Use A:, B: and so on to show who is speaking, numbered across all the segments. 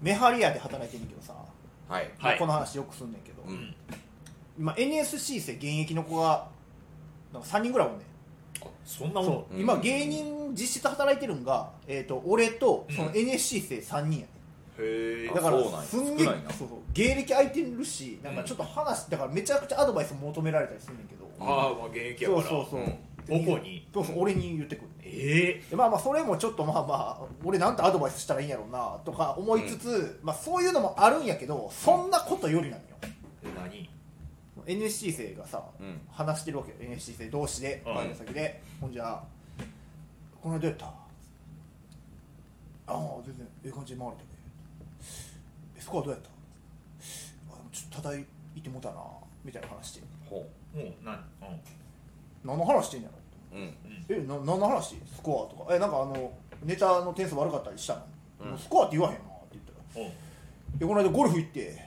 A: メハリアで働いてんねんけどさ、
B: はい
C: はい
A: この話よくすんねんけど、
B: うん
A: 今 NSC 生現役の子がなんか3人ぐらいおんねん
C: そんなもの
A: そう今芸人実質働いてるんが、えー、と俺とその NSC 生3人やね、
C: へえ
A: だから
B: そうなんや
A: すんげえ
B: 少ないな
A: そうそう芸歴空いてるしなんか
C: うん
A: ちょっと話だからめちゃくちゃアドバイス求められたりするんだけど、
C: ああまあ現役やか
A: そ
C: ら
A: うそうそう、
C: うん母校に
A: そうそう俺に言ってくるね
C: え
A: でまあまあそれもちょっとまあまあ俺なんてアドバイスしたらいいんやろうなとか思いつつ、まあそういうのもあるんやけどそんなことよりなのよ
C: え何
A: NSC 生がさ、
B: うん
A: 話してるわけよ NSC 生同士で
C: うん
A: バイト先で、ほんじゃこの間どうやったああ全然ええ感じで回れたねえそこはどうやったあちょっと叩いてもうたなみたいな話して
B: ほ
C: もう何うん
A: 何の話してんやろ
B: ううん
A: えな何の話スコアとかえなんかあのネタの点数悪かったりしたの、
B: うん
A: もうスコアって言わへんなって言ったら
C: おう
A: えこの間ゴルフ行って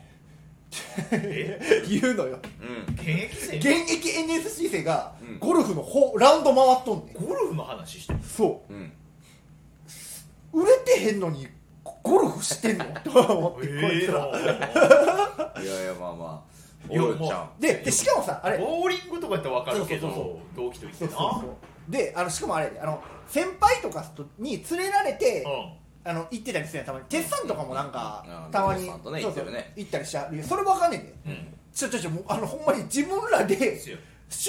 C: え
A: 言うのよ
B: うん
C: 現役生
A: 現役 NSC 生が
B: うん
A: ゴルフのほうラウンド回っとんねん
C: ゴルフの話してる
A: そ
B: うん
A: う売れてへんのにゴゴルフして んのと思ってこいつら、
C: え
B: いやいやまあまあ
C: いや
B: おるちゃん
A: ででしかもさあれ
C: ボーリングとかやってわかるけ
A: そうそう
C: ど同期と行っ
A: そ
C: て
A: う
C: な
A: そうそうであのしかもあれやであの先輩とかに連れられて、
C: う
A: あの行ってたりするやんたまに鉄さんとかもなんか、
B: うん
A: たまに
B: 鉄さんとね
A: そうそう
B: 行ってるね
A: 行ったりしちゃうそれわかんねえで、
C: んうん
A: ちょちょちょもうあのほんまに自分らで
C: ですよ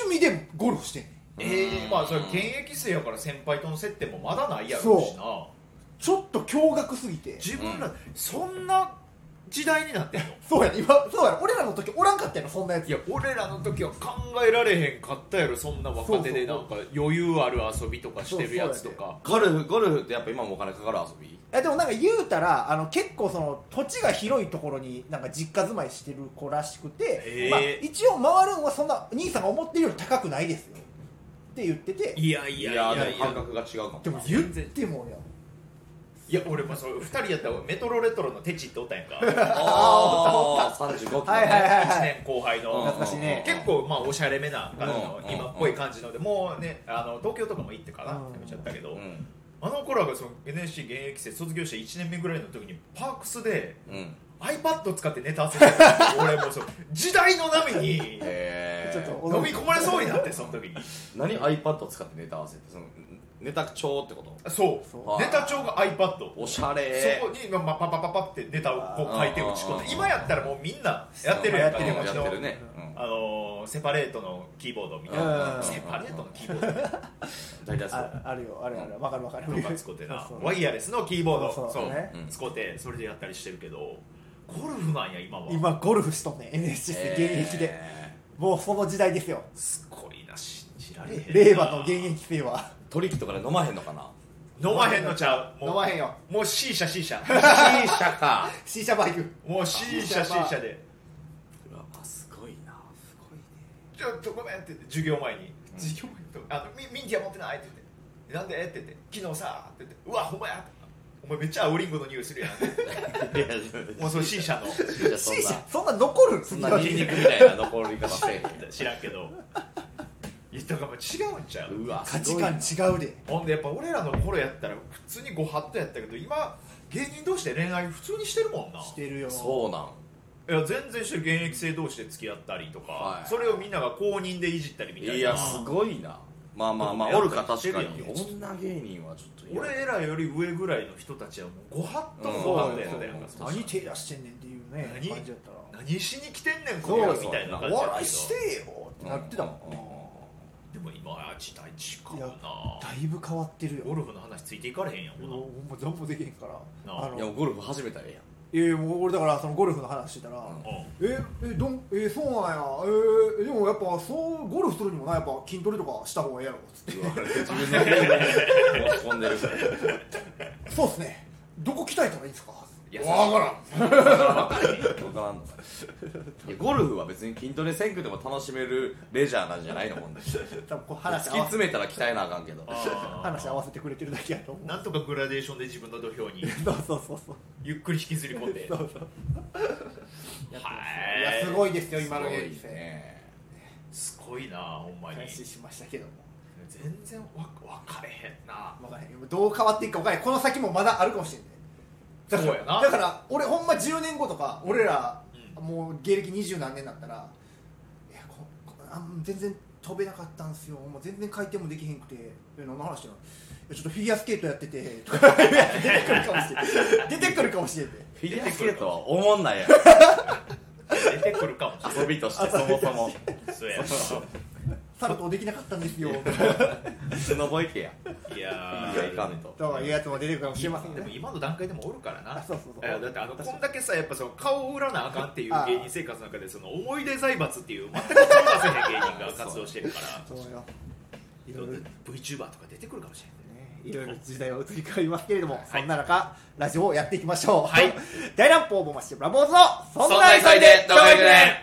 A: 趣味でゴルフしてんねん
C: ええまあそれ現役生やから先輩との接点もまだないやろうしな
A: ちょっと驚愕すぎて
C: 自分らそんな時代になってんの
A: そうやね今そうやね俺らの時おらんかったやろそんなやつ
C: いや俺らの時は考えられへんかったやろそんな若手で
A: そ
C: な
A: うんそう
C: か余裕ある遊びとかしてるやつとか
B: ゴルフゴルフってやっぱ今もお金かかる遊び
A: えでもなんか言うたらあの結構その土地が広いところになんか実家住まいしてる子らしくて
C: へ、ー
A: まあ、一応回るんはそんな兄さんが思ってるより高くないですよって言ってて
C: いやいやいやいやい
B: でも感
C: や
B: 覚が違うかも
A: でも言ってもや
C: 俺もそれ2人やったらメトロレトロのテチっておったやんか
B: ああ35キロね
A: はいはいはい
C: 1年後輩
B: うん
C: の
A: 懐かしいね
C: 結構まあおしゃれめな感じの
B: うん
C: 今っぽい感じのでもうねあの東京とかも行ってかな
A: うん
C: やめちゃったけど
B: うん
C: あの頃はその NSC 現役生卒業して1年目ぐらいの時にパークスで
B: うんへ
C: iPad 使ってネタ合わせしてた俺もそう時代の波に
B: え
A: ちょっと
C: 飲み込まれそうになってその時に
B: 何 iPad を使ってネタ合わせってそのネタ帳ってこと
C: そ
A: そう
C: うネタ帳が iPad そ
B: おしゃれ
C: こにまあまあパパパパってネタをこう書いて打ち込ん
B: あ
C: で
B: ー
C: 今やったらもうみんなやってるやんか
A: うん
B: や
A: や
C: 手持
B: っ
C: ちの
B: てるねうん
C: あのーセパレートのキーボードみたい
A: うん
C: なセパレートのキーボード
B: 大体そう
A: ああるよあるあるわかるわかる
C: とか使ってな
A: そうそう
C: ワイヤレスのキーボード
A: そう
C: そ
A: そうね
C: う使ってそれでやったりしてるけどゴルフなんや今は
A: 今ゴルフしとんねん NSC 生現役で、
B: へ
A: もうその時代ですよ
C: すごいな信じられへんな
A: 令和の現役生は
B: ートリックとかで飲まへんのかな
C: 飲まへんのちゃうもう
A: 飲まへんよ
C: もう C 社 C 社
B: C 社か
A: シーシャバイク
C: もう C 社 C 社で
B: あすごいなすごいね
C: ちょっとごめんって言って授業前に
B: うん
C: 授業前にあのミミンティア持ってないって言ってなんでって言って昨日さって言ってうわほんまやお前めっちゃ青リンゴの匂いするやん もうその C 社の
A: シーシャそんな残る
B: そんなそんなニンニクみたいな残り方せえ
C: 知らんけど言ったかも違うんちゃ
B: へん
C: う
B: うわ
A: 価値
B: すごいな
A: 観違うで
C: ほんでやっぱ俺らの頃やったら普通にご法度やったけど今芸人同士で恋愛普通にしてるもんな
A: してるよ
B: そうなん
C: いや全然してる現役生同士で付き合ったりとか、
B: はい
C: それをみんなが公認でいじったりみたいない
B: やすごいなまあまあまあおるか確かに
C: やっぱ
B: 女芸人はちょっといない
C: 俺らより上ぐらいの人たちはもうご法度のご
A: そう
C: 法度やったやんか
B: うん
C: その
A: 何手出してんねんっていうね
C: 何
A: 感じやったら
C: 何しに来てんねん
B: そ
C: こ
B: う
C: の
B: そう
C: 野郎みたいな感
B: 何
C: じ
A: お
C: やった
A: 笑
C: け
A: いしてよってなってたもんな
C: どでも今は時代違う
A: いや
C: な
A: だいぶ変わってるよ
C: ゴルフの話ついていかれへんやん
A: 俺
C: も
A: ほ
C: う
A: ま
C: ん
A: 全部できへんから
C: なあ
A: あ
B: いや
A: の
B: ゴルフ始めたらええやん
A: いやいやもう俺だからそのゴルフの話してたら
B: うん
C: なうん
A: ええどんえそうなんやえでもやっぱそうゴルフするにもなやっぱ筋トレとかした方がええやろつって
B: うわ自分の手を持ち込んでる
A: そうっすねどこ鍛えたらいいんですか
C: いや
A: わからん
B: わからんのかいやゴルフは別に筋トレせんくても楽しめるレジャーなんじゃないのほんで突き
A: 多分こう話合わせ
B: 詰めたら鍛えなあかんけど
C: あー
A: 話合わせてくれてるだけやと思う
C: なんとかグラデーションで自分の土俵に
A: そうそうそうそう
C: ゆっくり引きずり込んで
A: そうそうい
C: は
A: やすごいですよ今の
B: すご
A: 現
B: い
A: 役生
B: ね
C: すごいなほんまに
A: 開始しましたけども
C: 全然わ分かれへんな
A: 分からへんどう変わっていくか分からへんこの先もまだあるかもしれないだから
C: そうやな
A: だから俺ほんま10年後とか俺ら、もう芸歴二十何年だったらいやここあん全然飛べなかったんすよもう全然回転もできへんくてえ何の話してんのいやちょっとフィギュアスケートやっててと かいや出てくるかもしれん出てくるかもしれんて
B: フィギュアスケートはおもんないや
C: 出てくるかもしれない
B: ろ遊びとしてそもそも
C: そうや
A: サルトできなかったんですよ
B: スノボ行けや
C: ないや
B: いやいかんと
A: とかいうやつも出てくるかもしれません
C: で
A: ね
C: も今の段階でもおるからな
A: あそうそうそう
C: いやだってあのこんだけさやっぱその顔を売らなあかんっていう芸人生活の中でその思い出財閥っていう全く手を出せない芸人が活動してるから
A: そうよいろいろね
C: VTuber とか出てくるかもしれない
A: いろいろ時代は移り変わりますけれども、そんな中ラジオをやっていきましょう、
C: はい
A: 大乱暴ボマッシュブラボーズのそん
B: そん
A: な
B: な急
A: 急い
B: いで
A: で
B: ど
A: どこ
B: こ行
A: 行
B: く
A: く
B: ね
A: ね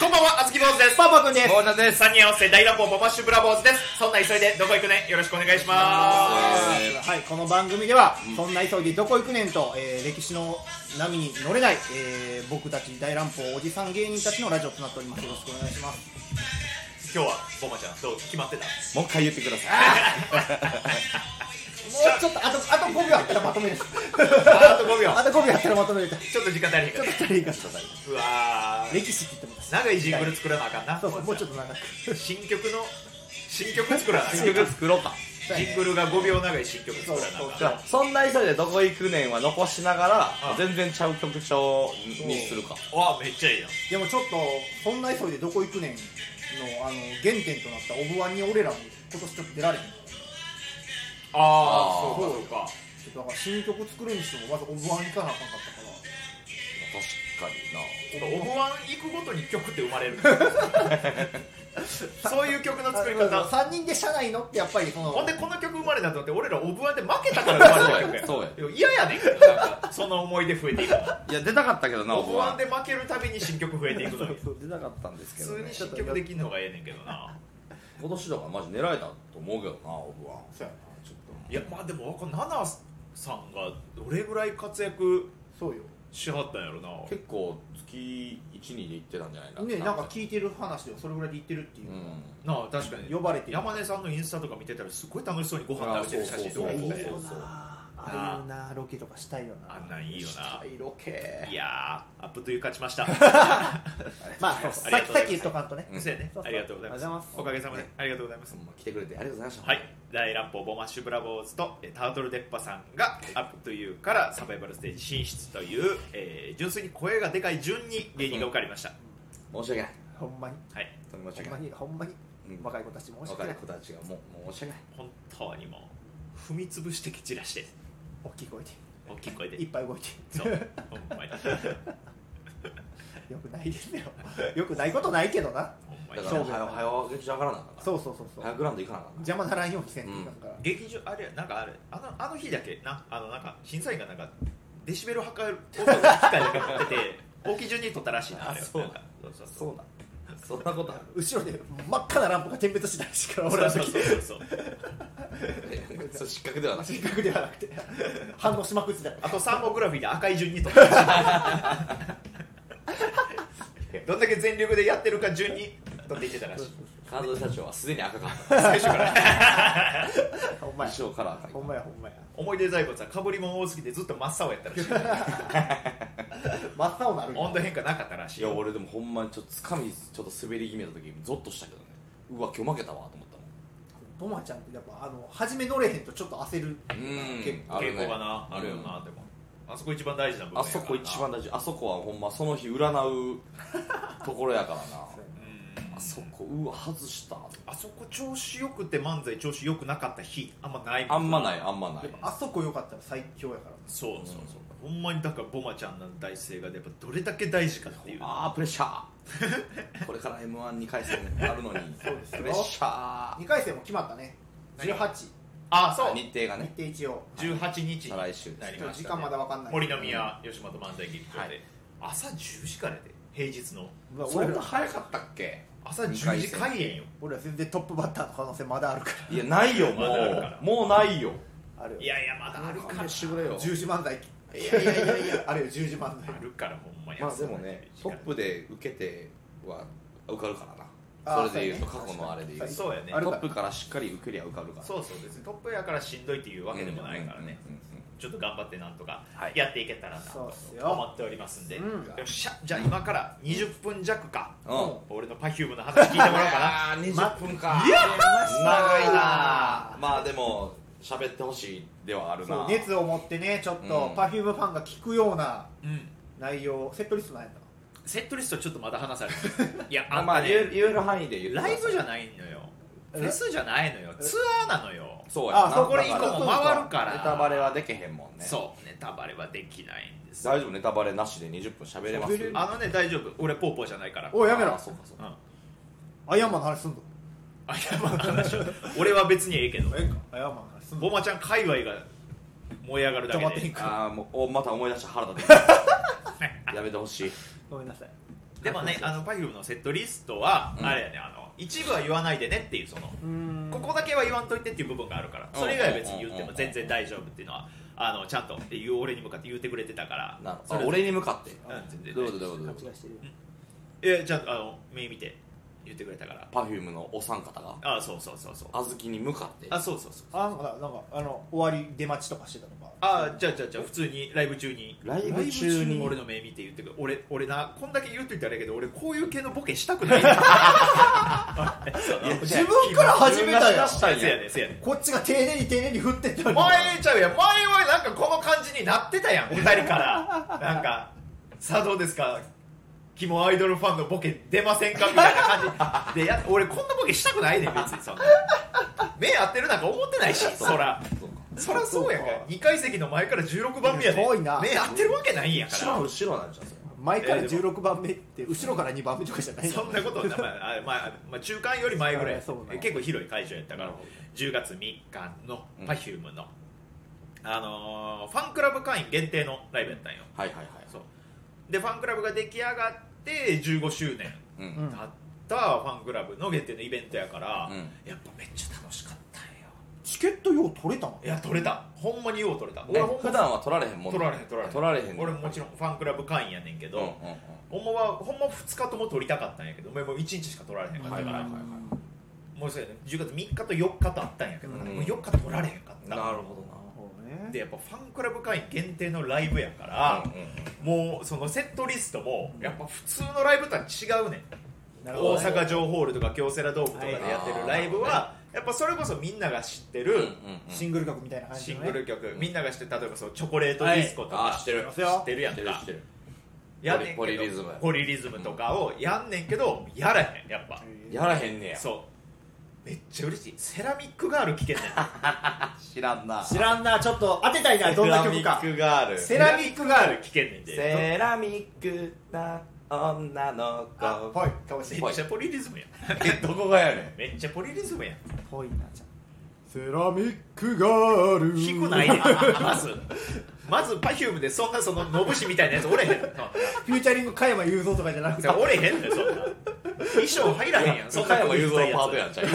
C: こんばんはあずき坊主です
A: パパ君です
C: 坊主です3人合わせて大乱暴ボマッシュブラボーズですそんな急いでどこ行くねよろしくお願いします
A: はい、この番組では、そんな急ぎどこ行くねんと、えー歴史の波に乗れない、えー僕たち大乱暴おじさん芸人たちのラジオとなっております。よろしくお願いします。
C: 今日はボマちゃんどう決まってた
B: もう一回言ってください
A: もうちょっと、あと、あと5秒あったらま とめる。
C: あと5秒
A: あと5秒あったらまとめる。ちょ
C: ちょっと時間足りへんか
A: っ
C: っ
A: と足りんかった。
C: たうわー
A: 歴史って言ってもらった
C: 長いジングル作らなあかんな
A: そうそう、もうちょっと長く。
C: 新曲の新曲作らなあかん
B: 新曲作ろうか
C: ジングルが5秒長い新曲作らなあかん
B: じゃあそんな急いでどこ行くねんは残しながら
C: ん
B: 全然ちゃう曲調にするか
C: わあめっちゃいいやん
A: でもちょっと、そんな急いでどこ行くねんの、あの、原点となったオブワンに俺らも今年ちょっと出られへん。
C: あ
B: あー
C: そうか
A: ちょっとだから新曲作るにしても、まずオブワン行かなあかんかったから。
B: 確かにな
C: そうかオブワン行くごとに曲って生まれ るそういう曲の作り方
A: 3人で社内のってやっぱりその
C: ほんでこの曲生まれたと思って俺らオブワンで負けたから生まれた曲や
B: そうや
C: でも嫌やねんけどなんかその思い出増えていく
B: いや出たかったけどな
C: オブワン
B: で
C: で負けるたびに新曲増えていくのに
B: 出たかったんですけ
C: 普
B: ど
C: 通
B: ね
C: に新曲できんのがええねんけどな
B: 今年だからマジ狙えたと思うけどなオブワン
A: そうやない
C: やまあでもこのナナさんがどれぐらい活躍
A: そうよ
C: しはったんやろな
B: 結構月12で行ってたんじゃないか
A: ねなんか聞いてる話ではそれぐらいで言ってるって
B: う
A: いう、
B: ん
C: なあ確かに
A: 呼ばれてる
C: 山根さんのインスタとか見てたらすごい楽しそうにご飯食べてる写真
B: そ
C: と
B: う
C: か
B: そ
A: い
B: うそ
A: いうよ
C: 見てたよ
A: なああいうなロケとかしたいよな
C: あんなんいいよな
A: したいロケ
C: いやーアップという勝ちました
A: まあ
C: あ
A: さ
C: りが
A: っ
C: と
A: き
C: う
A: さっき言
C: ございます
A: っとかんとね、
C: そうやね
A: そうそう
C: ありがとうございま
A: ありがとうご
C: す
A: ざいます
C: おかげさまでありがとうございます
B: ほんま来てくれてありがとうございました
C: はい大乱暴ボマッシュブラボーズとえータートルデッパさんがアップというからサバイバルステージ進出という、えー純粋に声がでかい順に芸人が受かりました、
B: 申し訳ない
A: ほんまに
C: はい
B: 本当に申し
A: ほん
B: 訳
A: ま
B: ない
A: にほんまに、
B: うん
A: 若い子たちも申し
B: 若
A: 訳ないい
B: 子たちがもうもう申し訳ない
C: 本当にもう踏み潰して蹴散らして
A: 大きい声で
C: 大きい声で
A: いっぱい動いて
C: そうほんまに
A: よくないですよ よくないことないけどな
C: ほんま
B: だ
C: に
B: から
A: そう
B: はよはよ劇場上がらなあかんから
A: そうそうそうそ
B: 早
A: う
B: くラウンド行かなあかんから
A: 邪魔ならんようにせんといかんから、
C: 劇場あれやなんかあれあのあの日だけなあのなんか審査員がなんかデシベル測る音の機械だけ 持ってて大きい順に撮ったらしいなあれ
B: あそう
C: なんかそうそうそう
B: そうだそんなことあ る
A: 後ろで真っ赤なランプが点滅してたらしいから
C: そう
A: 俺らの
C: そう
A: 時
C: そうそう そう
B: そう失格ではない
A: 失格ではなくて反応しまくってた
C: あとサーモグラフィーで赤い順に撮ったらしいどんだけ全力でやってるか順に撮っていってたらしい
B: 感動社長はすでに赤かっ
C: 最初から
A: ほんま
B: た
A: や
B: 衣装から赤い
A: ほんまやほんまや
C: 思い出財閥はかぶり物多すぎてずっと真っ青やった らしい
A: 真っ青なるんや
C: 温度変化なかったらしい
B: いや俺でもほんまにちょっとつかみちょっと滑り気味の時ゾッとしたけどねうわ今日負けたわと思ったもん
A: ボマちゃんってやっぱあの初め乗れへんとちょっと焦る
B: うん
A: 結構
B: ある
C: 傾
B: ね
C: 向がなあるよな、でもあそこ一番大事な部分や
B: あ
C: か
B: そ
C: らな
B: こ一番大事あそこはほんまその日占うところやから な
C: うん
B: あそこうわ外した
C: あそこ調子よくて漫才調子よくなかった日あんまないも
B: あんまないいあんまない
A: やっぱあそこ良かったら最強やから
C: そうそうそう、ほんまにだからボマちゃんの大声がやっぱどれだけ大事かっていう
B: あープレッシャー これから m 1 2回戦あるのに
A: そうですよ
B: プレッシャー
A: 2回戦も決まったね
C: 何
A: 18
C: があそう
B: 日程が
A: 日
B: ね
A: 程一応
C: 18日に
B: 再来週です
C: なりました
A: 時
C: ね
A: 間まだわかんない
C: 森の宮吉本漫才劇場で、
B: はい
C: 朝10時からで平日の
A: うわ
B: そ
A: 俺
B: んな
A: ら
B: 早かったっけ
C: 朝10時開演よ
A: 俺ら全然トップバッターの可能性まだあるから
B: いやないよも
C: まだあるから
B: うもうないよ
A: あるよ
C: いやいやまだあるから
B: 勘弁してくれよ
A: 十字漫才
B: いやいやいやいや
A: あるよ十字漫才
C: あるからほんまや
B: まあでもねトップで受けては受かるから
A: あ
B: な
A: ー
B: それでいうと
A: そう
B: 過
A: やね
B: 去のあれでいうと
C: そうやね
A: ある
B: ト
A: か
B: ップからしっかり受けりゃ受かるから
C: そうそうですトップやからしんどいっていうわけでもないからね、
B: うんうんうんうん
C: ちょっと頑張ってなんとか
B: はい
C: やっていけたらな
A: そうっすよ
C: と思っておりますんで、
A: うん
C: よっしゃじゃあ今から20分弱か、
B: うん
C: 俺の Perfume の話聞いてもらおうか
B: ああ20分か
C: いや
B: 長いなまあでも喋ってほしいではある
A: そ
B: な
A: う熱を持ってねちょっ
B: う
A: と
B: ん
A: パフュームファンが聞くような
C: な、うん、
A: 内容セットリストないんだ
C: セットリストちょっとまだ話されてる いや
B: ま
C: あ
B: あ
C: ん
B: ま
C: た
B: あ
C: ね
B: 言う言える範囲で言ってくださ
C: ライブじゃ
B: い
C: ないのよ
A: え
C: フェスじゃないのよツアーなのよ
B: そうやな
A: あそう
C: これ以降
B: だ
C: も
B: ら
C: 回るから
B: ネタバレはでけへんもんね
C: そうネタバレはできないんです
B: 大丈夫ネタバレなしで20分喋れます
A: 喋れる
C: あのね大丈夫俺ポーポーじゃないから
A: おいやめろ
B: あそうかそう
C: う
B: か
C: ん
A: アイアンマンの話すんぞ
C: あいやまあ話は俺は別にええけど
A: ええんかアイアンマンの話すん
C: ボ
A: ぞ
C: マちゃん界隈が燃え上がるだけ
A: ちょっと待って
C: で
A: いく
B: ああもうおまた思い出した腹立ってきたやめてほしい
A: ごめんなさい
C: でもねあの Perfume のセットリストは、
B: うん
C: あれやねあの一部は言わないでねっていうその
A: うーん
C: ここだけは言わんといてっていう部分があるから
B: うん
C: それ以外は別に言っても全然大丈夫っていうのはあのちゃんと言う俺に向かって言ってくれてたから
B: なる
C: そ
B: あ
C: れ
B: 俺に向かって
C: うん全然
B: どういうことどういう
A: 勘
B: こと
A: 違いしてるよ
C: えちゃんとあの目見て言ってくれたから
B: パフュームのお三方が
C: あそうそうそうそう
B: 小豆に向かって
C: あそうそうそう
A: あなんかなんかあの終わり出待ちとかしてたのか
C: あじゃあじゃあじゃあ普通にライブ中に
B: ライブ中に
C: 俺の目見て言ってくる俺俺なこんだけ言うと言ったらあれやけど俺こういう系のボケしたく ない
A: 自分から始めたよ
B: 自分がしだしたんや
C: せやねせやね
A: こっちが丁寧に丁寧に振ってったのに
C: 前ちゃうやん前はなんかこの感じになってたやん二人からなんかさあどうですかキモアイドルファンのボケ出ませんかみたいな感じでや俺こんなボケしたくないねん別にそんな目合ってるなんか思ってないしそら
B: そうか
C: そりゃそうやんか
A: そうか
C: 2階席の前から16番目やで
A: 遠いな
C: 目合ってるわけないんやか
B: 後ろ
C: ら
B: は後ろなんじゃんそれ
A: 前から16番目って後ろから2番目とかじゃない
C: そんなことはな、まああまあまあ、中間より前ぐら
A: あ
C: い
A: そうなの
C: 結構広い会場やったか
B: な
C: ら
B: るほ
C: 10月3日の
B: うん
C: Perfume の、あのーファンクラブ会員限定のライブやったんよ
B: はいはいはい
C: そうでファンクラブが出来上がって15周年
B: う
A: うんん
C: 経ったファンクラブの限定のイベントやから、
B: うん
C: やっぱめっちゃ楽しかったんよ
A: チケットよう取れたの
C: いや取れたほんまによう取れた
B: え
C: 俺ほんま
B: 普段は取られへんもん
C: 取られへん取られへん
B: 取られへん
C: 俺ももちろんファンクラブ会員やねんけど、
B: うんうんうん
C: ほんまはほんま2日とも取りたかったんやけどもう1日しか取られへんかった
B: はい
C: か
B: はい
C: ら、
B: はいはい
C: もうそうやね10月3日と4日とあったんやけど、
A: うん
C: もう4日取られへんかっ
B: な
C: た
B: るほどな
A: そうね
C: でやっぱファンクラブ会員限定のライブやから
B: うん、うんうん
C: もうそのセットリストもやっぱ普通のライブとは違うねん
A: なるほど
C: 大
A: ね
C: 阪城ホールとか京セラドームとかで
A: はい
C: やってるライブはやっぱそれこそみんなが知ってる
A: シングル曲みたいな感じ
C: シ
A: の
C: ン
A: ね
C: グル曲、みんなが知ってる例えばそのチョコレートディスコとか、
B: はいあー知ってる
C: 知ってるやん
B: 知ってる知
C: か
B: ってる
C: やんねんけど
B: ポリポリリズム
C: ポリリズムとかをやんねんけどやらへんやっぱ
B: やらへんねや
C: そうめっちゃ嬉しいセラミックガール聴けんねん
B: 知らんな
A: 知らんなちょっと当てたいなどんな曲か
B: セラミックガール
A: セラミックガール
C: 聞けんねんで
B: セラミックな女の
A: あ
B: 子
A: ぽいかもしれ
C: めっちゃポリリズムやん
B: えどこがやねん
C: めっちゃポリリズムやん
A: んぽいなちゃんセラミックガール
C: 低くないねんまずまず Perfume でそんなそののぶしみたいなやつおれへん
A: フューチャリング加山雄三とかじゃなくて
C: おれへんねんそんな衣装入らへん やんそんな
B: 加山雄三パート やんちゃう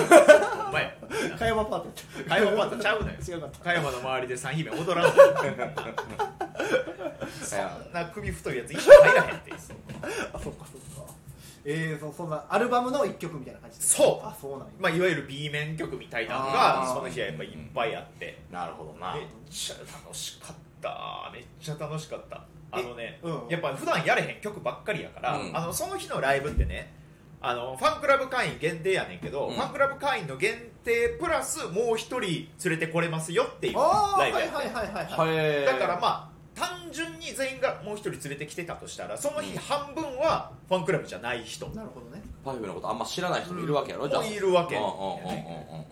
C: お前
A: 加山パート
C: 加山パートちゃうのよ
A: 違うかった
C: 加山の周りで三姫踊らんのよ
B: いや
C: そん な首太いやつ衣装入らへんって
A: あそっかそっかえー、そそんなアルバムの一曲みたいな感じ
C: そう
A: あそうなんや
C: まあいわゆる B 面曲みたいなのが
B: あー
C: その日はやっぱいっぱいあって
B: なるほどな
C: めっちゃ楽しかっためっちゃ楽しかったあのね、
A: うん
C: やっぱ普段やれへん曲ばっかりやから、
B: うん
C: あのその日のライブってねあのファンクラブ会員限定やねんけど、
B: うん
C: ファンクラブ会員の限定プラスもう一人連れてこれますよっていう
A: あー
C: ラ
A: は
C: イ
A: い
C: ブ
A: はい
C: やって、
A: はいはいはい
B: へー
C: だからまあ単純に全員がもう一人連れてきてたとしたらその日半分はファンクラブじゃない人
A: なるほどね
B: パフュームのことあんま知らない人もいるわけやろじゃあ
C: もいるわけ
B: うんうんうんうんうんうん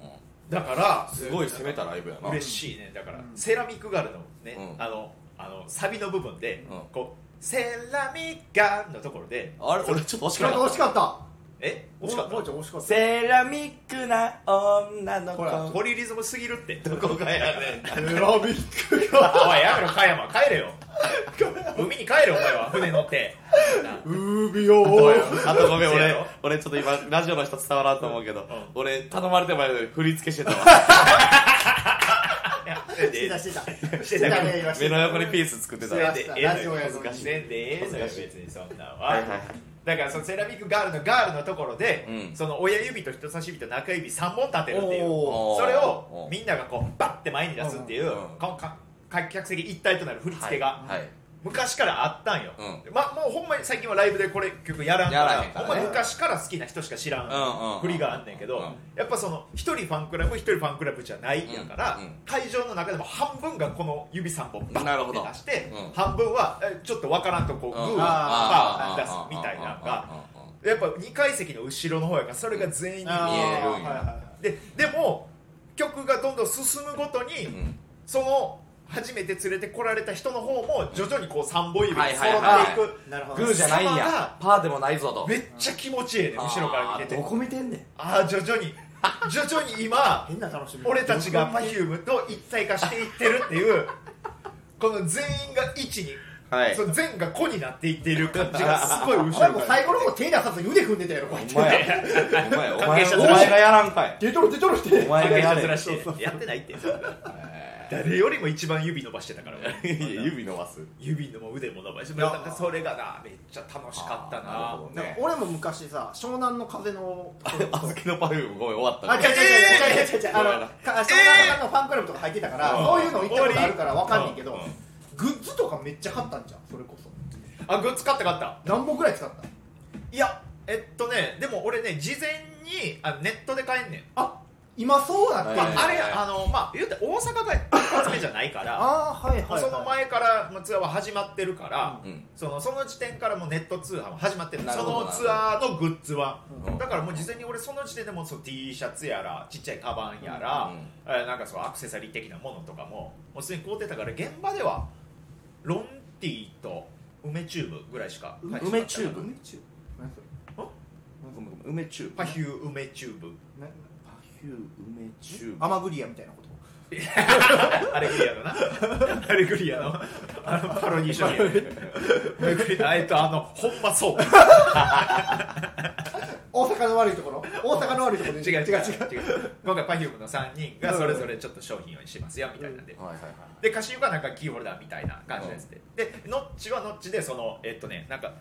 C: だから
B: すごい攻めたライブやな
C: 嬉しいねだから、
A: うん
C: セラミックガールのね、
B: うん
C: あのあのサビの部分で、
B: うん
C: こうセラミックガールのところで
B: あれ俺ちょっと惜し
A: ちょ
B: か
A: っ
B: っ
A: と惜しかった
C: え惜しかった
A: もうちょい惜しか
B: た
A: った
B: セラミックな女の
A: ほら
C: ポリリズムすぎるってどこがやねん
A: セラミック
C: お いやめろ加山帰れよ海に帰れお前は船乗 って
A: 海
B: おい
A: を
B: あとごめん
C: せや
B: 俺
C: ろ
B: 俺ちょっと今ラジオの人伝わらんと思うけど、
C: ん
B: 俺頼まれて前で振り付けしてたわ
A: してたしてた
C: してた
A: ね今して
B: 目
A: た
B: の横にピース作ってた
A: すいま
B: ら
A: せん
C: でええのよ恥ずかしいねでええのよ別にそんなんは、
B: はいはいはい
C: だからそのセラミックガールのガールのところで、
B: うん
C: その親指と人差し指と中指3本立てるっていう
A: お
B: ー
C: それを
B: おー
C: みんながこうバッて前に出すってい
B: う
C: う、
B: ん
C: こうかか客席一体となる振り付けが、
B: はいはい
C: 昔からあったんよ、
B: う
C: ま、もうほんまに最近はライブでこれ曲やらんか
B: やら
C: ら
B: へんからね
C: ほんま昔から好きな人しか知ら
B: うんうんん
C: 振りがあんねんけど、
B: うん
C: やっぱその一人ファンクラブ一人ファンクラブじゃないやから、
B: うんうん
C: 会場の中でも半分がこの指3本バ
B: なる
C: ッ
B: ほ
C: て
B: ど
C: 出して、
B: うん
C: 半分はえちょっとわからんとこうグーを
A: あ
C: パー出すみたいなのが
B: うん
C: やっぱ2階席の後ろの方やからそれが全員に見
A: あー
C: え
B: 見えるんや
A: はいはいはい
C: るででも曲がどんどん進むごとに、
B: うんうん
C: その初めて連れてこられた人の方も徐々にこう3本指に
B: はい
C: 沿
B: はい
C: っ
B: は
C: て
B: い
C: いく、
A: なるほ
B: グ
A: ど
B: ーじゃないん
C: 様が
B: やパーでもないぞと
C: めっちゃ気持ちいいね後ろから
B: あ
C: 見て
B: ー
C: て
B: どこ見てんねん
C: ああ徐々に徐々に今
A: 変な楽しみ
C: 俺たちが Perfume と一体化していってるっていうこの全員が1に、
B: はい
C: その全が個になっていっている感じがすごい後ろ
A: お
C: か
A: 前
C: ら
A: もう最後の方手出さずに腕踏んでたやろこうやって
B: お前やお前やお
C: 関係
B: 前
C: 者
B: お前がやらんかい
A: 出とる出とるっ
B: お
A: て
B: 前がや
C: ず
B: れ
C: らしてやってないって誰よりも一番指伸ばしてたから俺
B: いや指伸ばす
C: 指のも腕も伸ばしてなんかそれがなめっちゃ楽しかったな
B: あーなるほど
A: 俺
B: ね
A: も昔さ湘南の風の
B: あずきのパフュームごめん終わった
A: あ、違う違う違う違う違う違うあの
B: えー
A: か湘南の風のファンクラブとか入ってたから、
B: うん
A: そういうの行ったことあるからわかんねんけど、
C: うんうん
A: グッズとかめっちゃ買ったんじゃんそれこそ
C: あグッズ買った買った
A: 何本くらい使った
C: いやえっとねでも俺ね事前にあネットで買えんねん
A: あ今そうなってる、
C: ま
B: はい
C: あ、あれやあのまあ言うて大阪が一発目じゃないから
A: ああはいはい、はい、
C: その前からもうツアーは始まってるから、
B: うん
C: そのその時点からもうネット通販は始まってる
B: なる
C: そ
B: ほど
C: のツアーのグッズは、
B: うん
C: だからもう事前に俺その時点でもうその T シャツやらちっちゃいカバンやら、えーなんかそのアクセサリー的なものとかももうすでに買うてたから現場ではロンティと梅チューブぐらいしか
A: 梅
B: 梅チューブ
A: 梅チューブ何それ
B: ごめんごめん梅チューブ
C: パヒュー梅チューブ
A: な
B: パフュー梅チューブ
A: アマグリアみたいなこと
C: アレグリアのなアレグリアのあのパロディー商品アレグリアえっとあのほんまそう
A: 大阪の悪いところ大阪の悪いところ
C: 違う違う違う今回 Perfume の3人がそれぞれちょっと商品をしますよみたいなんで、
B: はいはいはい
C: でカシオがなんかキーホルダーみたいな感じですって、でノッチはノッチでそのえっとねなんか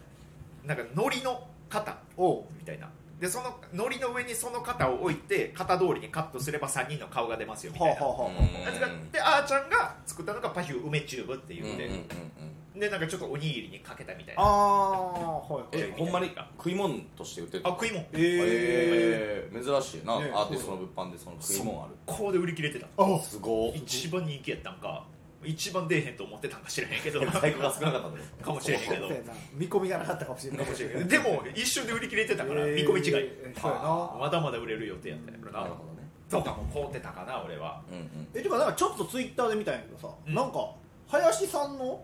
C: なんかノリの型
A: おう
C: みたいなでそのノリの上にその型を置いて型通りにカットすれば3人の顔が出ますよみ
A: は
C: たいな、
A: あ、はあは
B: うん
C: やつがであーちゃんが作ったのが Perfume 梅チューブって言って、
B: うんうんうんうん
C: でなんかちょっとおにぎりにかけたみたい
A: あ、
C: なあ
A: あーはいはい
B: えほんまに食い物として売ってる
C: 食いもん
B: へー珍しいなア
A: ね
B: ーティストの物販でその食い物ある
C: こうで売り切れてた
A: あ
B: すごい
C: 一番人気やったんか一番出えへんと思ってたんか知らへんけど
B: 在庫が少なかったんだよ
C: かもしれへんけど
A: そうやな見込みがなかったかもしれない
C: かもしれんけどでも一瞬で売り切れてたから
A: えー
C: 見込み違い
A: そうやな
C: まだまだ売れる予定やったんやろ
B: な
C: な
B: るほどね
C: とかも買うてたかな俺は
B: うんうん
A: えでもなんかちょっとツイッターで見たんやけどさ、
C: うん
A: なんか林さんの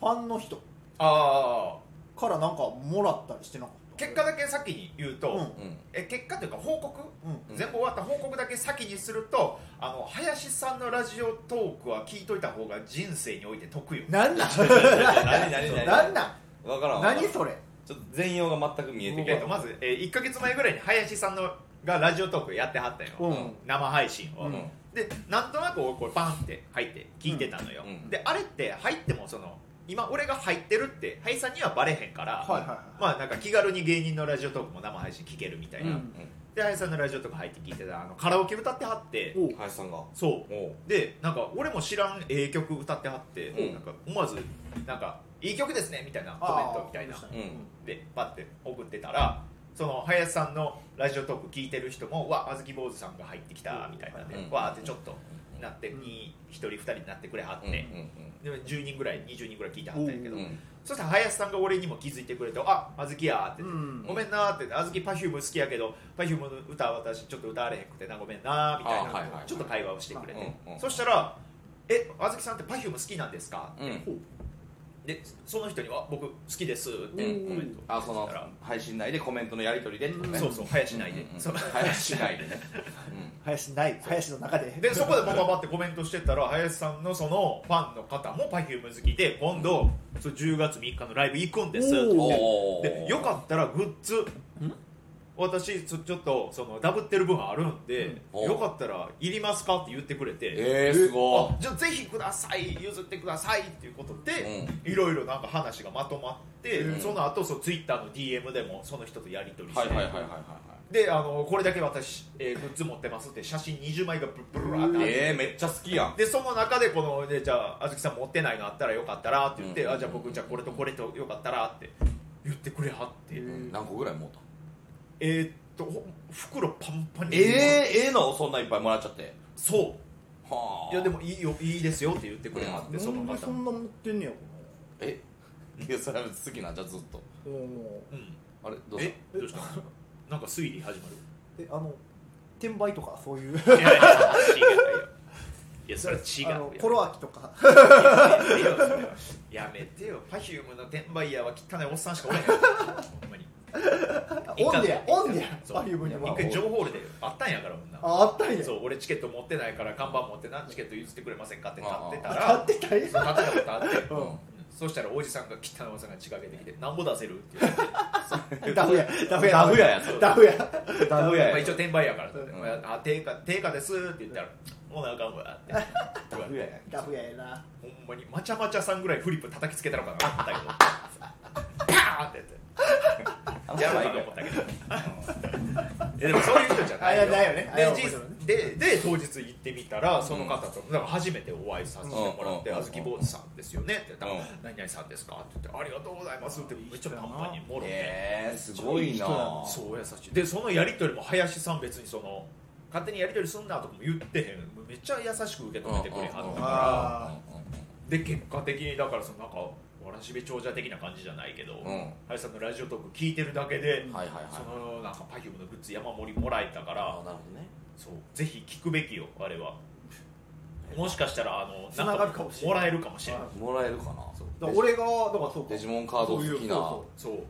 A: ファンの人
C: ああ
A: からなんかもらったりしてなかった
C: 結果だけ先に言うと、
A: うん
B: うん
C: え結果というか報告、
A: うん
C: 全部終わった報告だけ先にするとあの林さんのラジオトークは聞いといた方が人生において得 よ
A: なんなん
B: 何何何
A: なんなん
B: 分からんわ
A: 何それ
B: ちょっと全容が全く見えて
C: えっ
B: け
C: と、まず、え1か月前ぐらいに林さんのがラジオトークやってはったよ、
A: うん
C: 生配信を、
A: うん
C: でなんとなく俺これパンって入って聞いてたのよ、
B: うんうん
C: であれって入ってもその今俺が入ってるって林さんにはバレへんから、
A: はいはいはい
C: まあなんか気軽に芸人のラジオトークも生配信聞けるみたいな、
A: うん
C: で林さんのラジオトーク入って聞いてたあのカラオケ歌ってはって
A: おう
B: 林さんが
C: そう
B: おう
C: でなんか俺も知らんええ曲歌ってはって、
B: うん
C: なんか思わずなんかいい曲ですねみたいなコメントみたいな
A: あー
C: でパッて送ってたらその林さんのラジオトーク聞いてる人も「うわあずき坊主さんが入ってきた」みたいなんで
B: うん
C: 「わ」ってちょっと
B: うん
C: なって
A: うん
C: に1人2人になってくれはっ
B: うん
C: て。で10人ぐらい20人ぐらい聞いてはったんやけ
B: う
C: ど、
B: んうん
C: そしたら林さんが俺にも気づいてくれて「ああずきや」って、
A: うん
C: ごめんな」って「あずき Perfume 好きやけど Perfume の歌は私ちょっと歌われへんくてなごめんな」みたいな、
B: あはいはい
C: ちょっと会話をしてくれて、
B: うんうん
C: そしたら「えあずきさんって Perfume 好きなんですか?」
B: うん
C: でその人には「僕好きです」ってコ
B: う
C: メ
B: ん
C: ント
B: あそ
C: し
B: の
C: たら
B: 配信内でコメントのやり取りでってことね
C: そうそう林内で、
B: うんうん
C: そう
B: 林内でね
A: 林ない林の中で
C: でそこでバババってコメントしてたら林さんのそのファンの方も Perfume 好きで今度そう10月3日のライブ行くんです
A: おー
C: でよかったらグッズ私ちょちょっとそのダブってる分あるんで、
B: うん
C: よかったらいりますかって言ってくれて
B: えーすごい
C: あじゃあぜひください譲ってくださいっていうことで、いろいろなんか話がまとまって、
B: うん
C: その後そのツイッターの DM でもその人とやり取りし
B: はい
C: て、
B: はいはいはいはいはい
C: であのこれだけ私、えーグッズ持ってますって写真20枚がブルブルーってあって
B: えー、めっちゃ好きやん
C: でその中でこの、ね、じゃああずきさん持ってないのあったらよかったらって言って、
B: うん
C: あじゃあ僕じゃあこれとこれとよかったらって言ってくれはって、
A: うん
B: 何個ぐらい持った
C: えーっとほ袋パンパンに
B: えー、ええのそんないっぱいもらっちゃって
C: そう
B: はあ
C: いやでもいいよいいですよって言ってくれはって、そ
A: なん
C: の
A: で
C: 方
A: そんな持ってんねやこ
B: え いやそれは好きなんじゃずっと
A: のお
C: うん
B: あれどうし
C: えどうしたなんか推理始まる
A: ーえあの転売とかそういう
C: いやいや違ういやそれは違う
A: あの
C: いや
A: コロアキとか
C: やめてよ、パフュームの転売ヤーは汚いおっさんしかおらへん。ほんまに。
A: オンでやオンでや
C: そう
A: パリウムに
B: まあ
A: は
C: 一回情報であったんやから、女。
A: ああったんや
C: そう、俺チケット持ってないから、看板持ってな、チケット譲ってくれませんかって立ってた
A: 買
C: ら
A: っ。てたんや
C: そう立ってたことあって。
B: う
A: うんん
C: そしたらおじさんが汚いおじさんが近けてきて「なんぼ出せる?」っ て言って
A: ダフやダフや
B: ダフややつ
A: ダフや
B: ダフ
C: ま
B: や
C: あ
B: や
C: 一応転売やからって
B: うん
C: 「あ定価定価です」って言ったら「もうなあかんわ」って
B: ダフやや
A: ダフややな
C: ほんまにまちゃまちゃさんぐらいフリップ叩きつけたのかなと思 ったけどパーンって やってやばいと思ったけどえでもそういう人じゃないよ
A: あいやないよねあいや
C: で
A: もちろんね
C: じでで当日行ってみたらその方と、なんか初めてお会いさせてもらって「
B: うん
C: あずき坊主さんですよね」って言ったら
B: うん
C: 「何々さんですか?」って言って「ありがとうございます」ってめっちゃパンパンにもろて、
B: えー、すごいな
C: そう優しいでそのやり取りも林さん別にその勝手にやり取りすんなとかも言ってへんめっちゃ優しく受け止めてくれはった
B: うんうんうん
C: から。
A: あ
C: で結果的にだからそのなんかわらしべ長者的な感じじゃないけど、
B: ん
C: 林さんのラジオトーク聞いてるだけで、
B: はいはいはい
C: そのなんか Perfume のグッズ山盛りもらえたから
B: あなるほどね
C: そうぜひ聞くべきよあれはもしかしたらあの
A: 繋がるかもしれない
C: んもらえるかもしれない
A: は
B: もらえるかな
A: だから俺がだからそうか
B: デジモンカード好きな
C: そ
A: だ
C: う、
A: か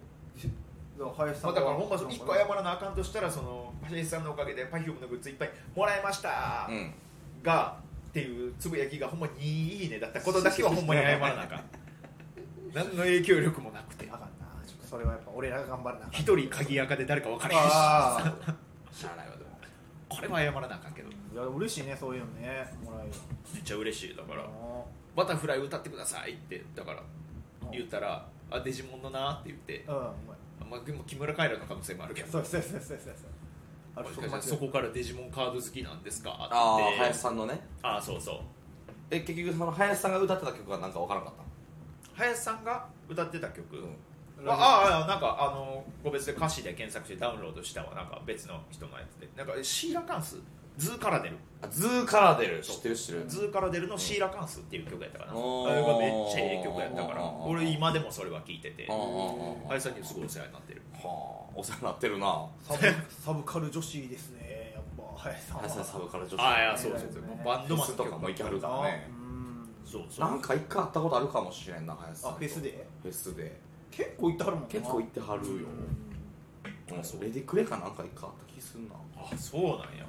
A: ら林さ
C: まあ、
A: ん
C: だからほんま一個謝らなあかんとしたらその林さんのおかげで Perfume のグッズいっぱいもらえました、
B: うん
C: がっていうつぶやきがほんまにいいねだったことだけはほんまに謝らなあかん何の影響力もなくて
A: あかんなちょっとそれはやっぱ俺らが頑張らなあかん
C: 一人鍵垢で誰か分からへんし
A: あ
B: 知らないわでも
C: これは謝らなあかんけ ど
A: あいや嬉しいねそういうのねもらえる
C: めっちゃ嬉しいだか
A: あ
C: ら
A: ー
C: 「バタフライ歌ってください」ってだから言ったら「あデジモンのな」って言って
A: う、んうまい
C: まあ、でも木村カエラの可能性もあるけど
A: そうそうそうそうそうあ
C: もし
A: そ
C: かしたらそこからデジモンカード好きなんですかって
B: ああ林さんのね
C: ああそうそう
B: え結局その林さんが歌ってた曲はなんかわからなかっ
C: 林さんが歌ってた曲、
B: たうん
C: あああなんかあの個別で歌詞で検索してダウンロードしたわなんか別の人のやつでなんかえシーラカンスズーから出る
B: あズーから出る知ってる知ってる
C: ズーから出るのシーラカンスっていう曲やったかな、
B: おー
C: あれがめっちゃええ曲やったから
B: おー
C: 俺今でもそれは聞いてて
B: あーあーあー
C: 林さんにすごいお世話になってる
B: はあお世話になってるな
A: サブサブカル女子ですねやっぱ林さんは
B: 林さんサブから女子
C: ああいやそうそうそうバンドマン
B: とかもい
C: い
B: けはるからね
A: うん
C: そうそ
B: なん
C: う
B: か一回会ったことあるかもしれんな林さん
A: あフェスで
B: フェスで
A: 結構行ってはるもんな
B: 結構行ってはるようんそれでくれかなんか一回あった気すんな
C: あそうなんや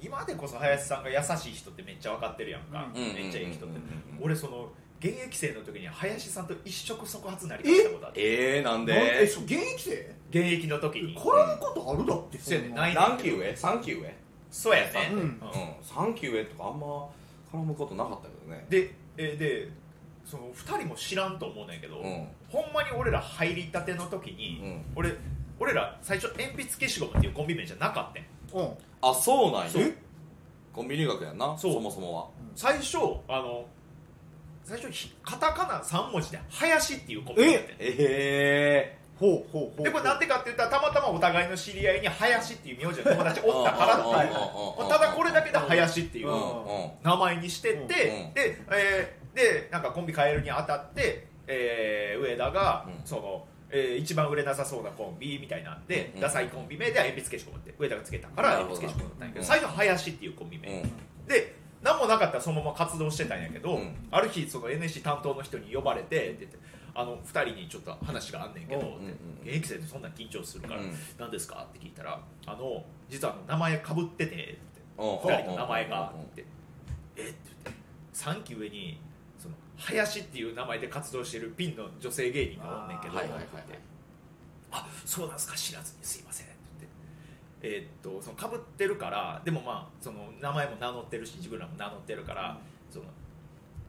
C: 今でこそ林さんが優しい人ってめっちゃ分かってるやんか、
B: うん
C: めっちゃいい人って、
B: うんうんうんうん
C: 俺その現役生の時に林さんと一触即発なりかしたことあって
B: ええなん
A: なんえ
B: で
A: そう現役生
C: 現役の時に
A: これのことあるだって
C: そうやね
A: ん
C: ない
B: 何級上三級上
C: そうやね、
A: うん
B: うん三級上とかあんま絡むことなかったけどね
C: でえーでその2人も知らんと思うねんけど、
B: うん
C: ほんまに俺ら入りたての時に、
B: うん
C: 俺俺ら最初鉛筆消しゴムっていうコンビ名じゃなかったん
A: うん
B: あそうなんや
C: そう
B: コンビニ学やんな
C: そう
B: そもそもは
C: 最初あの最初ひカタカナ3文字で「林」っていうコンビ名やってん
B: え
A: ほうほうほう
C: でこれなんでかって言ったらたまたまお互いの知り合いに林っていう名字の友達おったからだ
A: うん
C: ったん
A: うんうんうん
B: うんうん
C: よただこれだけで林って
B: え
C: いう
B: うんうん
C: 名前にしてっ
A: うん
B: う
C: て、
B: ん
C: で,、えーでなんかコンビ変えるにあたって、えー上田が、
B: うん
C: その、えー一番売れなさそうなコンビみたいなんで、
B: うん
C: ダサいコンビ名で鉛筆消しゴムって上田がつけたから
B: なるほ
C: 鉛
B: ど
C: 筆消しゴムだったんやけ
B: う
C: ど、
B: ん
C: 最初林っていうコンビ名、
B: うん
C: で何もなかったらそのまま活動してたんやけど、
B: うん
C: ある日その NSC 担当の人に呼ばれてって言ってあの2人にちょっと話があんねんけど、
A: うん
B: うんうん
C: って現役生ってそんな緊張するから、
B: うん
C: 何ですかって聞いたらあの実はあの名前かぶっててって
B: うん
C: 2人の名前が
B: うん
C: ってえって言って3期上にその林っていう名前で活動してるピンの女性芸人がおんねんけど
B: はいはいはいはい
C: あそうなんすか知らずにすいませんって言ってえーっとそのかぶってるからでもまあその名前も名乗ってるし自分らも名乗ってるから、その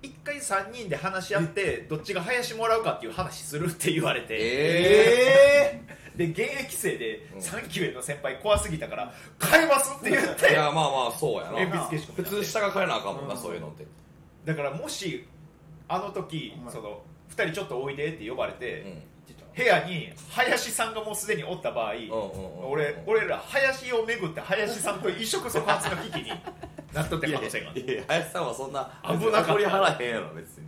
C: 一回3人で話し合ってどっちが林もらうかっていう話するって言われて
B: え
C: で現役生で
B: うん
C: 3級への先輩怖すぎたから「変えます」って言って
B: いやまあまあそうや
C: 鉛
B: な
C: 筆消し込
B: 普
C: む
B: 通下が変えなあかんもんな、
A: うん
B: そういうのって
C: だからもしあの時
A: お前
C: その2人ちょっとおいでって呼ばれて、
B: う
C: 部屋に林さんがもうすでにおった場合、
B: んうんうん
C: 俺俺ら林を巡って林さんと一触即発の危機 になっとって
B: い
C: 可
B: や
C: 能性がある
B: いや林さんはそんな
C: 危なかった
B: 怒り払へんやろ別に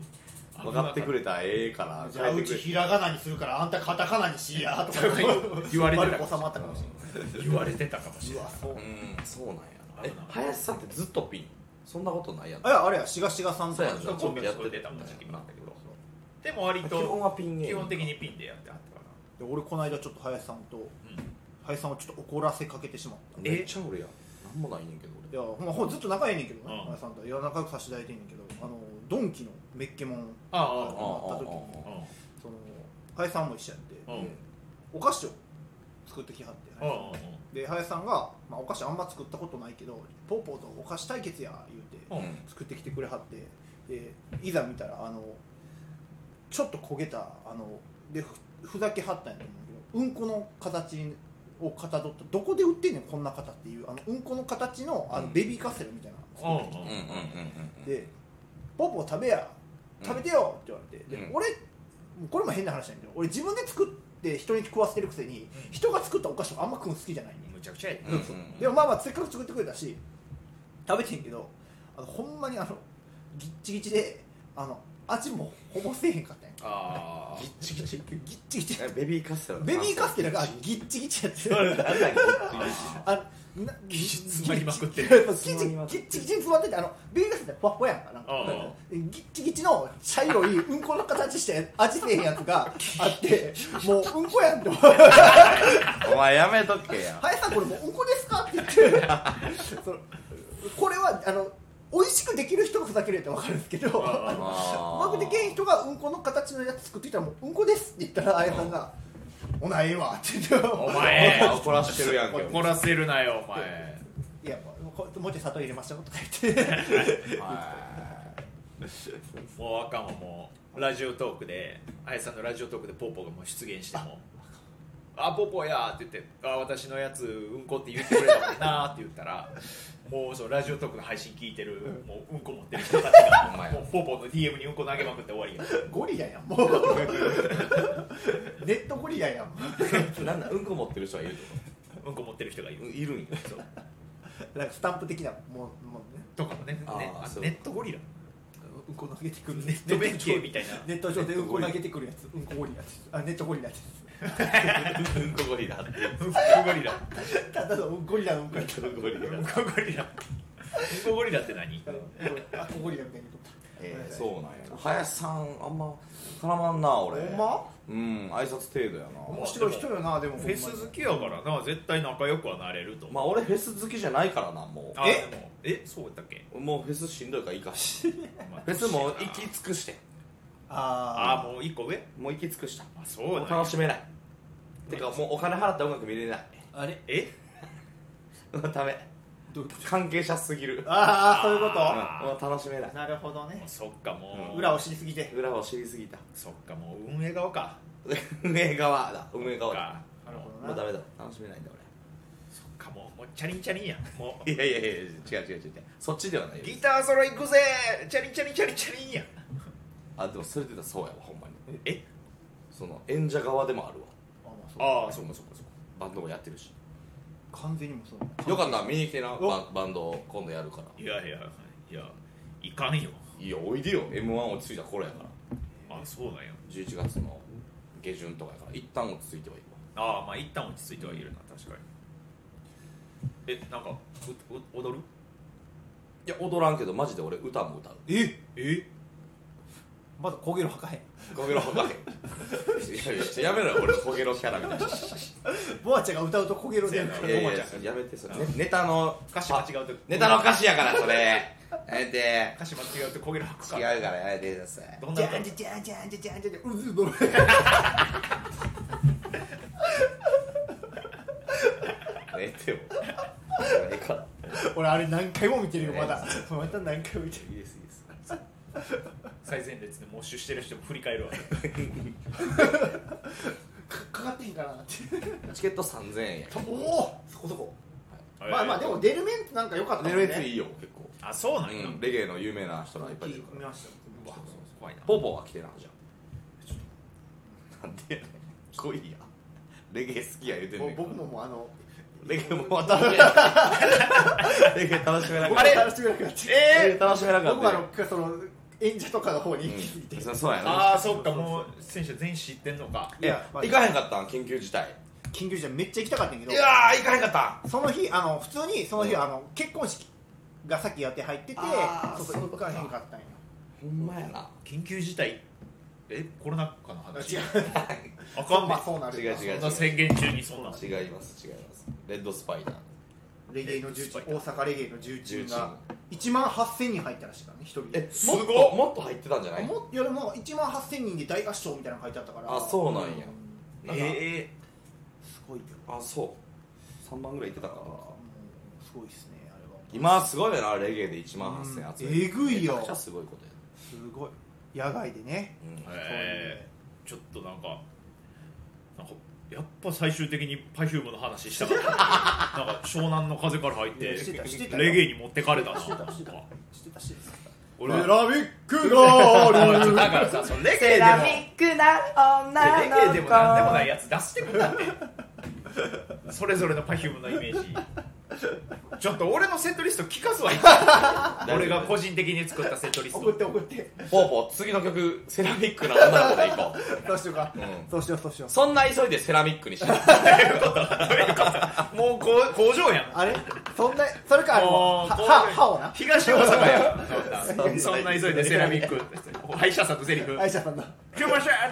C: 危なかった
B: 分かってくれたらええから
A: じゃあうちひらがなにするからあんたカタカナにしやとか
C: とか 言われて
A: 丸
C: た
A: く収まったかもし
C: 言われてたかもし
A: れ
C: れ
A: な
C: ないいう
A: わそう
B: うんそうなんやな
C: 危
B: え
C: ない
B: 林さんってずっとピンそんなことないやん
A: あいやあれやしがしがさんとかでし
B: そう
A: ょ
B: や
C: コンビ
B: や
C: や
B: っ
C: って
B: た
C: てたもん時期もあったけどでも割
B: 基本
C: と
B: はピン
C: 基本的
B: に
C: にピンでやってはったか
A: で俺この間ちょっと林さんと
C: ら、
A: 林さんをちょっと怒らせかけてしまった
B: めっちゃ俺やなんもないねんけど
A: いやほんまほんずっと仲いいねんけどな、
C: うん
A: 林さんといや仲良くさせていただいてんねんけどあのドンキのメッケモン
C: ああ
A: が
C: あ
A: あった時に
B: ああああ
C: あ
A: その林さんも一緒やって、
C: うんうん
B: 俺
A: お菓子を作ってきはって、
C: うん
A: で林さんが、まあ、お菓子あんま作ったことないけどポーポーとお菓子対決や言うて
C: うんうん
A: 作ってきてくれはってでいざ見たらあのちょっと焦げたあのでふふざけはったんやと思うけどうんこの形をかたどったどこで売ってんねんこんな形っていうあのうんこの形のあ
B: うん
A: のベビーカステラみたいなの作って
B: うんうんうんうん
A: きてで「ポーポー食べや食べてよ」って言われてで
B: うん
A: 俺もうこれも変な話なんだけど俺自分で作って人に食わせてるくせに人が作ったお菓子とかあんま食うの好きじゃないねん
C: むちゃくちゃやで
B: うんうんうん
A: でもまあまあせっかく作ってくれたし食べてんけどあのほんまにあのギッチギチであの味もほぼせえへんかったんや
C: あ
B: ギッチギチ
A: ギッチギチ
B: えベビーカステラ
A: ベビーカステラがギッチギチやって
B: なんだギッチギチ
A: あな
C: ギチ詰まりまくってる
A: ギッチギチギッチギチに詰まっててあのベビーカステラふわふわやんかなんか
C: あ
A: ギッチギチの茶色いうんこの形して味せえへんやつがあってもううんこやんって思う
B: お前やめとけ や
A: 林さんこれもうおこですかって言ってそのこれはあの美味しくできる人がふざけるやったら分かるんですけど
C: ああ
A: う
B: あ
A: まくできへん人がうんこの形のやつ作ってきたらもううんこですって言ったら綾さんが「おなええわ」って言って
C: お
A: 「
C: 前
B: 怒らしてるやんけ
C: 怒らせるなよお前
A: いやこうもうちょい砂糖入れましたよ」とか言って
C: もうあかんわもうラジオトークであやさんのラジオトークでポーポーがもう出現しても「あポーポーや」って言って「あ私のやつうんこって言ってくれたもんな」って言ったらもうそのラジオトークの配信聞いてるもううんこ持ってる人たち
B: お
C: が
B: 前
C: もうポーポーの DM にうんこ投げまくって終わりや
A: ゴリラやんもうネットゴリラやん
B: なんだうんこ持ってる人がいるってこ
C: うんこ持ってる人がい
B: と
C: る
B: いるんや
C: そう
A: なんかスタンプ的なもんもんね
C: とかもねね
B: あー
C: あ
B: そう
C: ネットゴリラ
A: うんこ投げてくる
C: ネット弁慶みたいな
A: ネット上でうんこ投げてくるやつうんこゴリラですあネットゴリラです
B: うんこゴリラって
C: うんこゴリラ
A: ただのうんこゴリラのうんこやった
B: うんこゴリラ
C: うんこゴリラうんこゴリラって何
A: あここにやみたいに撮った
B: えーそうなんや林さんあんま絡まんな俺
A: ほんま
B: うん挨拶程度やな
A: 面白い人よなでも
C: フェス好きやからな絶対仲良くはなれると思う
B: まあ俺フェス好きじゃないからなも
C: あ
A: え
C: でもえそうだったっけ、
B: うもうフェスしんどいからいいかし
C: まあ
B: フェスもう行き尽くして
A: あ
C: あもう一個上
B: もう行き尽くした
C: あそう
B: もう
C: だ
B: 楽しめないてかもうお金払って音楽見れない
A: ああれ
C: え
B: ダメ
A: どういう
B: 関係者すぎる
A: ああそういう
B: うん
A: こ
C: あ
B: もう楽しめない
A: となるほどね
C: もうそっかもう、
A: 裏を知りすぎて
B: 裏を知りすぎた
C: そっかもう運営側か
B: 梅川だ梅
C: そ
B: 川
C: っ
B: だ
C: か
A: なるほど
B: もう
A: な
B: ダメだ楽しめないんだ
C: そっかもうもうチャリンチャリンやも
B: 俺いやいやいや違う違う違う違うそっちではな
C: う
B: いよ
C: ギターソロ行くぜチャリンチャリンチャリンチャリンや
B: あでもそれでたらそうやわほんまに
C: え
B: その演者側でもあるわ
A: あまあそう
C: ああ
B: そ
C: そうう
B: かそうかそうかバンドもやってるし
A: 完全にもそう
B: よかった見に来てな
A: お
B: バンバンド今度やるから
C: いやいやいやいかんよ
B: いやおいでよ m 1落ち着いた頃やから
C: あそうなんや
B: 11月の下旬とかやから一旦落ち着いてはいいわ
C: ああまあ一旦落ち着いてはいるな確かにえなんかうう踊る
B: いや踊らんけどマジで俺歌も歌う
A: え
C: え
A: まだ焦げるはかへん
B: ゴゲロ吐かへんいやいややめろよ俺ゴゲロキャラみたいな
A: ボアちゃんが歌うと焦げるで
C: せ
B: いやいや
C: ごまちゃん
B: やめてそれ、ねネタの
C: 歌詞間違うと
B: ネタの歌詞やからそれやめて
C: 歌詞間違うと焦げる吐く
B: 違
C: か
B: う
C: ら
B: からやめてください
C: どん
A: じ
C: な
A: ゃ
C: 歌
A: んじゃじゃんじゃんじゃじゃんじゃじゃんうずうど
B: ええっても
A: 俺あれ何回も見てるよまだ
B: え
A: また何回も見てる
B: いいですいいです
C: 最前列でモッシュしてる人も振り返るわ
A: かかかってへんかなっていう
B: チケット3000円や
A: おおそこそこ まあまあでもデルメントなんか良かった
B: ネ
A: もん
B: ル
A: ね
B: メッツいいよ結構、
C: あそうなんや、
B: うん、レゲエの有名な人がいっぱいいるか
A: 見
B: ら
A: ました
C: うわ怖いな
B: ポーポーは来てなじゃんなんでやねん来いやレゲエ好きや言うてん
A: も
B: ね
A: うん僕ももうあの
B: レゲエも渡るやんレゲエ楽 しめなかった
C: あれ
A: 楽しめなくなっちゃう
B: レゲエ
C: えー、
B: 楽しめなかった
A: 僕はあのその演者とかの方に行き過ぎて、
B: うん、そそうやな
C: ああそっかもう選手全員知ってんのか
A: い
B: いや
A: や、まあ
B: 行かへんかったん緊急事態
A: 緊急事態めっちゃ行きたかったんや
B: い
A: けど
B: やー行かへんかった
A: その日あの普通にその日、
B: うん
A: あの結婚式がさっきやって入ってて
B: あー
A: そう
B: そう
A: そ
B: いううこ
A: 行か
B: とか
A: へんかったんよ
B: ほんまやな
C: 緊急事態えコロナ禍の話
A: 違う
C: あかんね
A: まあそうなるよな
B: 違う違
C: そ
B: うん
C: な宣言中にそんなん
B: 違います違いますレッドスパイダー
A: レゲエの重鎮大阪レゲエの重鎮が
B: 重
A: 1万8000人入ったらしいからね一人で
C: ごっ
B: もっともっと入ってたんじゃない
A: もいやでも1万8000人で大合唱みたいなの書いてあったから
B: あそうなんやなんか
C: え
A: すごいよ
B: あそう3番ぐらい行ってたから
A: う
B: な
A: んすごいっすねあれは
B: 今すごいよなレゲエで1万8000集め
A: うんえぐいよ
B: めちゃくちゃすごいことや
A: すごい野外でね
B: うん
C: ー、えー、ちょっとなんかなんかやっぱ最終的に Perfume の話した かったなんか湘南の風から入っ
A: い
C: て
A: やしてたしてた
C: レゲエに持ってかれたな
A: してたしてたしてたしてた
C: 俺 は
A: ラビックガ
C: だからさそのレゲエでも
D: クな女
C: レゲエでもなんでもないやつ出してくんだってそれぞれの Perfume のイメージちょっと俺のセットリスト聞かす わ一回俺が個人的に作ったセットリ ス
A: 送っ
C: ト
A: て送って
B: ポーポー次の曲セラミックな女の子で行こう
A: そうしようか
B: うん
A: そうしようそうしよう
B: そんな急いでセラミックにしない
C: もうこう工場やん
A: あれそんなそれかあれも
C: もう
A: は
C: こう
A: は歯をな
C: 東大阪
B: そん
C: や
B: な
C: そんな急いでセラミック歯医者さんとセリフ
A: 愛車さんの
C: 「来ました!」っ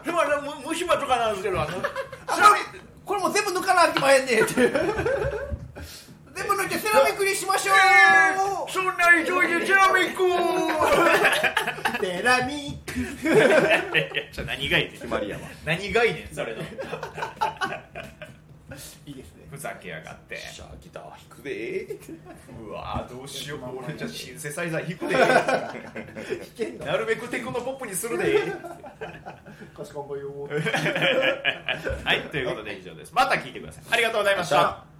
C: て「今のむ虫歯とかなんしてるわ」
A: あこれこれもう全部抜かなあきまへんねんっていう全部抜いてセラミックにしましょ
C: 「そんな急 いでセラミック!
A: うセラミック」
C: いやいやちょ何がいいねん
B: 決まりやわ
C: 何がいいねんそれの
A: いいですね
C: ふざけやがって
B: シャーギター弾くで
C: うわどうしよう俺じゃあシンセサイザー弾 く
A: 危険
C: で
A: な
C: なるべくテクノポップにするで
A: かしこんばんよ
C: はいということで以上ですまた聞いてくださいありがとうございました